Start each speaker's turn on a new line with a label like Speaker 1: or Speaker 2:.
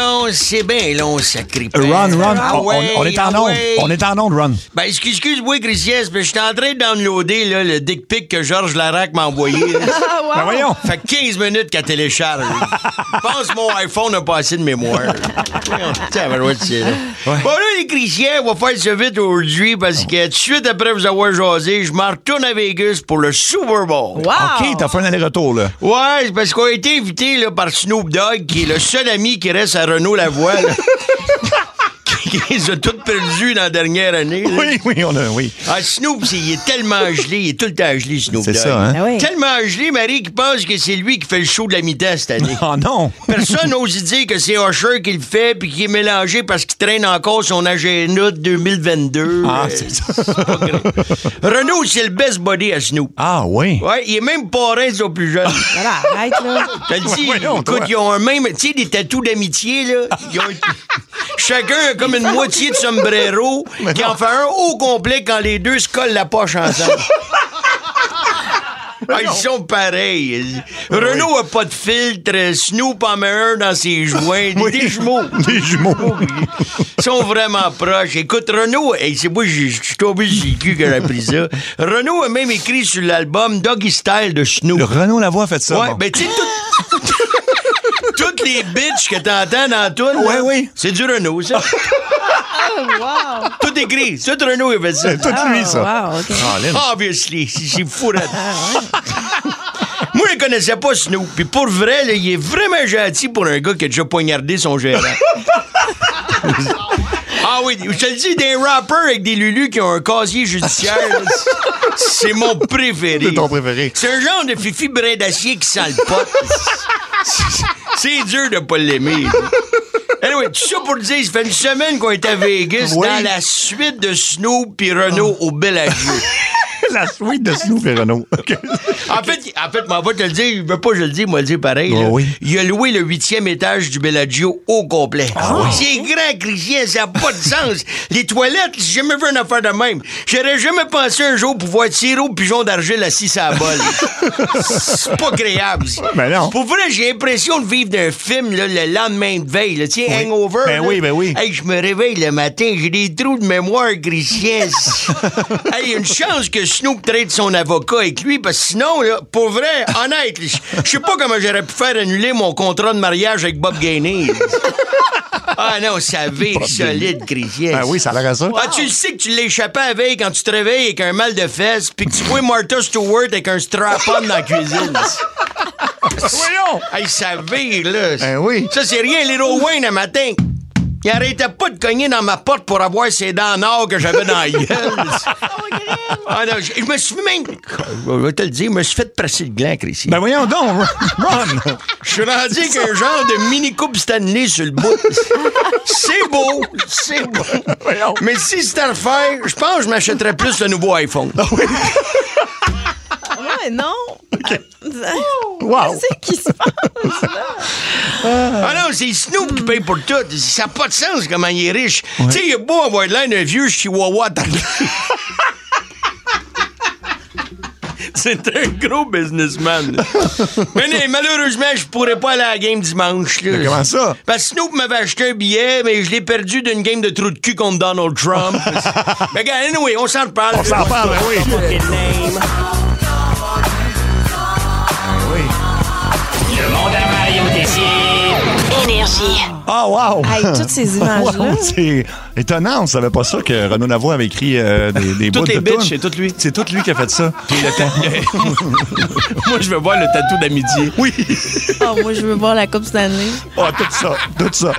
Speaker 1: on sait bien, là, on sacrifie.
Speaker 2: Ron, Ron,
Speaker 1: Ah
Speaker 2: Ah. on,
Speaker 1: ouais,
Speaker 2: on- on est en
Speaker 1: ah
Speaker 2: onde.
Speaker 1: ouais.
Speaker 2: On est en onde, Ron.
Speaker 1: Ben, excuse- excuse-moi, Grissiès, mais je suis en train de downloader là, le dick pic que Georges Larac m'a envoyé. là.
Speaker 3: Ah, wow.
Speaker 2: Ben voyons.
Speaker 1: fait 15 minutes qu'elle télécharge. Je pense que mon iPhone n'a pas assez de mémoire. Tiens, ben, ouais, c'est là. Bon, là, les Grissiès, on va faire ça vite aujourd'hui parce que tout de suite après vous avoir jasé, je m'en retourne à Vegas pour le Super Bowl.
Speaker 3: Wow.
Speaker 2: OK, t'as fait un aller-retour, là.
Speaker 1: Ouais, c'est parce qu'on a été invité là, par Snoop Dogg, qui est le seul ami qui reste à Renault Lavoie. Là. Ils ont tout perdu dans la dernière année. là.
Speaker 2: Oui, oui, on a, oui.
Speaker 1: Ah, Snoop, c'est- il est tellement gelé, il est tout le temps gelé, Snoop
Speaker 2: C'est
Speaker 1: Dogg.
Speaker 2: ça, hein?
Speaker 3: Ah oui.
Speaker 1: Tellement gelé, Marie, qu'il pense que c'est lui qui fait le show de la mi-temps cette année.
Speaker 2: Oh non!
Speaker 1: Personne n'ose y dire que c'est Usher qui le fait puis qui est mélangé parce qu'il traîne encore son agenda de 2022.
Speaker 2: Ah,
Speaker 1: Euh,
Speaker 2: c'est
Speaker 1: c'est pas grave. Renault, c'est le best body à Snoop.
Speaker 2: Ah oui!
Speaker 1: Ouais, il est même parrain de son plus jeune.
Speaker 3: Voilà, arrête, là.
Speaker 1: Je le dis,
Speaker 2: Ouais, voyons,
Speaker 1: écoute,
Speaker 2: toi.
Speaker 1: ils ont un même, tu sais, des tatous d'amitié, là. Ils ont un- Chacun a comme une moitié de sombrero qui en fait un au complet quand les deux se collent la poche ensemble. Ah, ils sont pareils. Renault a pas de filtre. Snoop en met un dans ses joints. Des jumeaux.
Speaker 2: Des jumeaux.
Speaker 1: Ils sont vraiment proches. Écoute, Renaud, et c'est moi, je je suis tombé du cul quand j'ai appris ça. Renaud a même écrit sur l'album Doggy Style de Snoop.
Speaker 2: Le Renaud Lavoie a fait ça.
Speaker 1: Ouais,
Speaker 2: bon.
Speaker 1: ben tu sais, tout- toutes les bitches que t'entends dans tout,
Speaker 2: Ouais, oui.
Speaker 1: c'est du Renault, ça.
Speaker 3: Wow.
Speaker 1: tout est gris. C'est du Renault, il fait ça.
Speaker 2: C'est tout lui, ça.
Speaker 3: Oh, Wow, OK.
Speaker 2: Colin. Ah,
Speaker 1: Obviously, c'est c'est fourette. Moi, je connaissais pas Snoop. Puis pour vrai, là, il est vraiment gentil pour un gars qui a déjà poignardé son gérant. ah oui, je te le dis, des rappers avec des lulus qui ont un casier judiciaire, là, c'est mon préféré.
Speaker 2: C'est ton préféré.
Speaker 1: C'est un genre de fifi brin d'acier qui sent le pot. C'est dur de pas l'aimer. Anyway, tout ça pour dire, ça fait une semaine qu'on est à Vegas
Speaker 2: Oui.
Speaker 1: dans la suite de Snoop puis Renault au Bellagio.
Speaker 2: La suite de Snoop et Renaud. OK.
Speaker 1: En fait, en fait, moi, va te le dire, il veut pas que je le dise, moi, le dire pareil. là.
Speaker 2: Oh oui.
Speaker 1: Il a loué le huitième étage du Bellagio au complet.
Speaker 2: Ah
Speaker 1: C'est grand, Christian, ça n'a pas de sens. Les toilettes, j'ai jamais vu une affaire de même. J'aurais jamais pensé un jour pouvoir tirer au pigeon d'argile assis à la bolle. C'est pas créable. ça.
Speaker 2: Ben non.
Speaker 1: Pour vrai, j'ai l'impression de vivre d'un film là, le lendemain de veille. là. Tu sais, Hangover.
Speaker 2: Ben
Speaker 1: là.
Speaker 2: oui, ben oui.
Speaker 1: Hey, je me réveille le matin, j'ai des trous de mémoire, Christian. hey, une chance que Snoop traite son avocat avec lui, parce que sinon, là, pour vrai, honnête, je je sais pas comment j'aurais pu faire annuler mon contrat de mariage avec Bob Gainey. ah non, ça vire solide, Christian.
Speaker 2: Ben oui, ça a l'air à ça.
Speaker 1: Ah, tu le sais que tu l'échappais la veille quand tu te réveilles avec un mal de fesses, puis que tu vois Martha Stewart avec un strap-on dans la cuisine.
Speaker 2: Ben Voyons!
Speaker 1: Hey, ça vire, là.
Speaker 2: Ben oui.
Speaker 1: Ça, c'est rien, les Wayne, le matin. Il arrêtait pas de cogner dans ma porte pour avoir ses dents en or que j'avais dans la gueule.
Speaker 2: Oh,
Speaker 1: ah non, je, je me suis même... Je vais te le dire, je me suis fait presser le gland, Chrissy.
Speaker 2: Ben voyons donc, Ron!
Speaker 1: je suis rendu avec un genre de mini-coupe Stanley sur le bout. c'est beau, c'est beau.
Speaker 2: Voyons.
Speaker 1: Mais si c'était à refaire, je pense que je m'achèterais plus le nouveau iPhone.
Speaker 3: Ouais, non. Ah,
Speaker 2: Wow!
Speaker 3: C'est qui se passe?
Speaker 1: Ah non, c'est Snoop qui paye pour tout. Ça n'a pas de sens comment il est riche. Tu sais, il est beau avoir de l'air d'un vieux chihuahua. dans le- c'est un gros businessman. là. Mais non, malheureusement, je pourrais pas aller à la game dimanche. là.
Speaker 2: Mais comment ça?
Speaker 1: Parce que Snoop m'avait acheté un billet, mais je l'ai perdu d'une game de trou de cul contre Donald Trump. mais gars, anyway, on s'en reparle.
Speaker 2: On s'en parle, ben oui!
Speaker 4: Le monde à Mario Tessier.
Speaker 5: Énergie.
Speaker 2: Ah, wow!
Speaker 3: Hey, toutes ces images-là.
Speaker 2: Wow, c'est étonnant, on savait pas ça que Renaud Lavoie avait écrit euh, des, des
Speaker 6: Toutes
Speaker 2: bouts
Speaker 6: les
Speaker 2: de
Speaker 6: bitches,
Speaker 2: tunes.
Speaker 6: c'est tout lui.
Speaker 2: C'est tout lui qui a fait ça.
Speaker 6: Moi, je veux voir le tatou d'amitié.
Speaker 2: Oui,
Speaker 3: Ah, Oh, moi, je veux voir la Coupe Stanley.
Speaker 2: Ah, tout ça, tout ça.